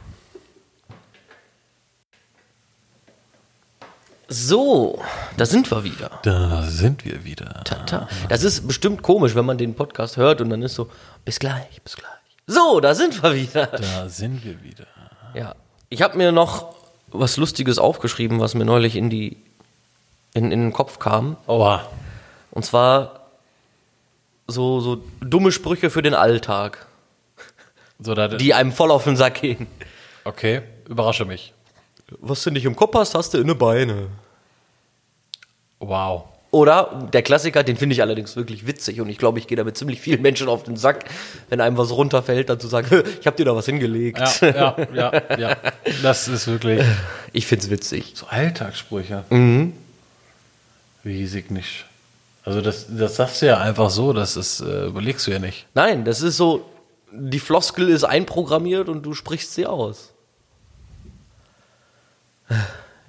S1: So, da sind wir wieder.
S2: Da sind wir wieder.
S1: Tata. Das ist bestimmt komisch, wenn man den Podcast hört und dann ist so, bis gleich, bis gleich. So, da sind wir wieder.
S2: Da sind wir wieder.
S1: Ja. Ich habe mir noch was Lustiges aufgeschrieben, was mir neulich in, die, in, in den Kopf kam.
S2: Oha.
S1: Und zwar so, so dumme Sprüche für den Alltag,
S2: So, da,
S1: die einem voll auf den Sack gehen.
S2: okay. Überrasche mich.
S1: Was du nicht im Kopf hast, hast du in den Beine.
S2: Wow.
S1: Oder der Klassiker, den finde ich allerdings wirklich witzig und ich glaube, ich gehe damit ziemlich vielen Menschen auf den Sack, wenn einem was runterfällt, dann zu sagen, ich habe dir da was hingelegt.
S2: Ja, ja, ja, ja. Das ist wirklich
S1: Ich find's witzig.
S2: so Alltagssprüche. Riesig nicht. Also das, das sagst du ja einfach so, das ist, äh, überlegst du ja nicht.
S1: Nein, das ist so, die Floskel ist einprogrammiert und du sprichst sie aus.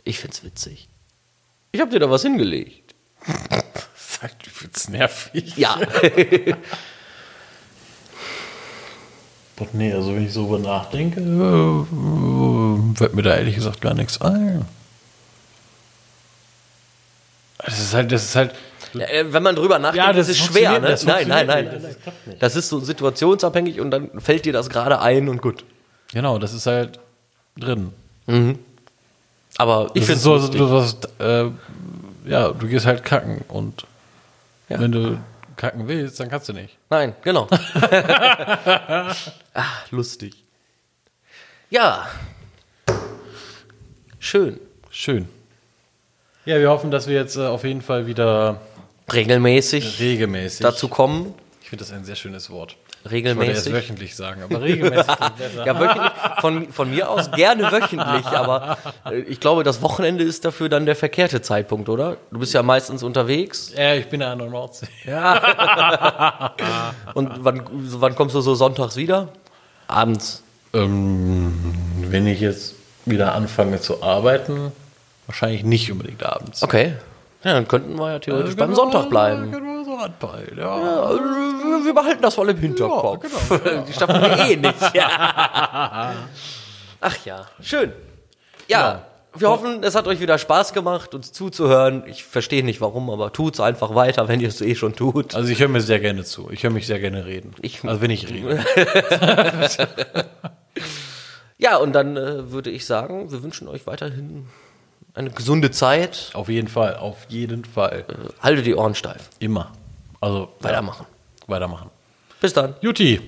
S1: Ich find's witzig. Ich habe dir da was hingelegt.
S2: Sagt übelst nervig.
S1: Ja. Äh,
S2: Boah, nee, also wenn ich so über nachdenke, äh, fällt mir da ehrlich gesagt gar nichts ein. Das ist halt, das ist halt.
S1: Äh, Wenn man drüber nachdenkt,
S2: Ja,
S1: das
S2: das
S1: ist es schwer.
S2: funktioniert- das
S1: Ne? Nein, nein,
S2: funktioniert
S1: nein.
S2: nicht.
S1: Das
S2: Das
S1: ist,
S2: klappt nicht.
S1: das ist so situationsabhängig und dann fällt dir das gerade ein und gut.
S2: Genau, das ist halt drin.
S1: Aber ich
S2: Ich
S1: finde
S2: finde
S1: es
S2: so,
S1: lustig.
S2: du hast, äh, ja, du gehst halt kacken und
S1: Ja.
S2: wenn du kacken willst, dann kannst du nicht.
S1: Nein, genau. Ach, lustig. Ja. Schön.
S2: Schön. Ja, wir hoffen, dass wir jetzt äh, auf jeden Fall wieder
S1: Regelmäßig
S2: regelmäßig.
S1: dazu kommen.
S2: Ich finde das ein sehr schönes Wort. Ich
S1: Regelmäßig.
S2: wollte erst wöchentlich sagen, aber regelmäßig klingt besser.
S1: Ja, wöchentlich. Von, von mir aus gerne wöchentlich, aber äh, ich glaube, das Wochenende ist dafür dann der verkehrte Zeitpunkt, oder? Du bist ja meistens unterwegs.
S2: Ja, ich bin ja an der Nordsee.
S1: Und wann, wann kommst du so sonntags wieder? Abends.
S2: Ähm, wenn ich jetzt wieder anfange zu arbeiten, wahrscheinlich nicht unbedingt abends.
S1: Okay. Ja, dann könnten wir ja theoretisch
S2: Können
S1: beim
S2: wir-
S1: Sonntag bleiben.
S2: können wir so anpeilen, ja.
S1: Also, wir behalten das mal im Hinterkopf.
S2: Ja,
S1: Die schaffen wir eh nicht. Ja. Ach ja, schön. Ja,
S2: Genau.
S1: wir hoffen, es hat euch wieder Spaß gemacht, uns zuzuhören. Ich verstehe nicht warum, aber tut's einfach weiter, wenn ihr es eh schon tut.
S2: Also ich höre mir sehr gerne zu. Ich höre mich sehr gerne reden.
S1: Ich-
S2: also wenn ich rede.
S1: Ja, und dann äh, würde ich sagen, wir wünschen euch weiterhin eine gesunde Zeit.
S2: Auf jeden Fall, auf jeden Fall.
S1: Haltet die Ohren steif.
S2: Immer. Also
S1: Weitermachen.
S2: Ja, weitermachen.
S1: Bis dann.
S2: Juti.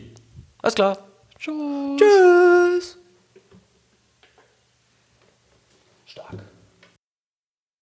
S1: Alles klar.
S2: Tschüss.
S1: Tschüss. Stark.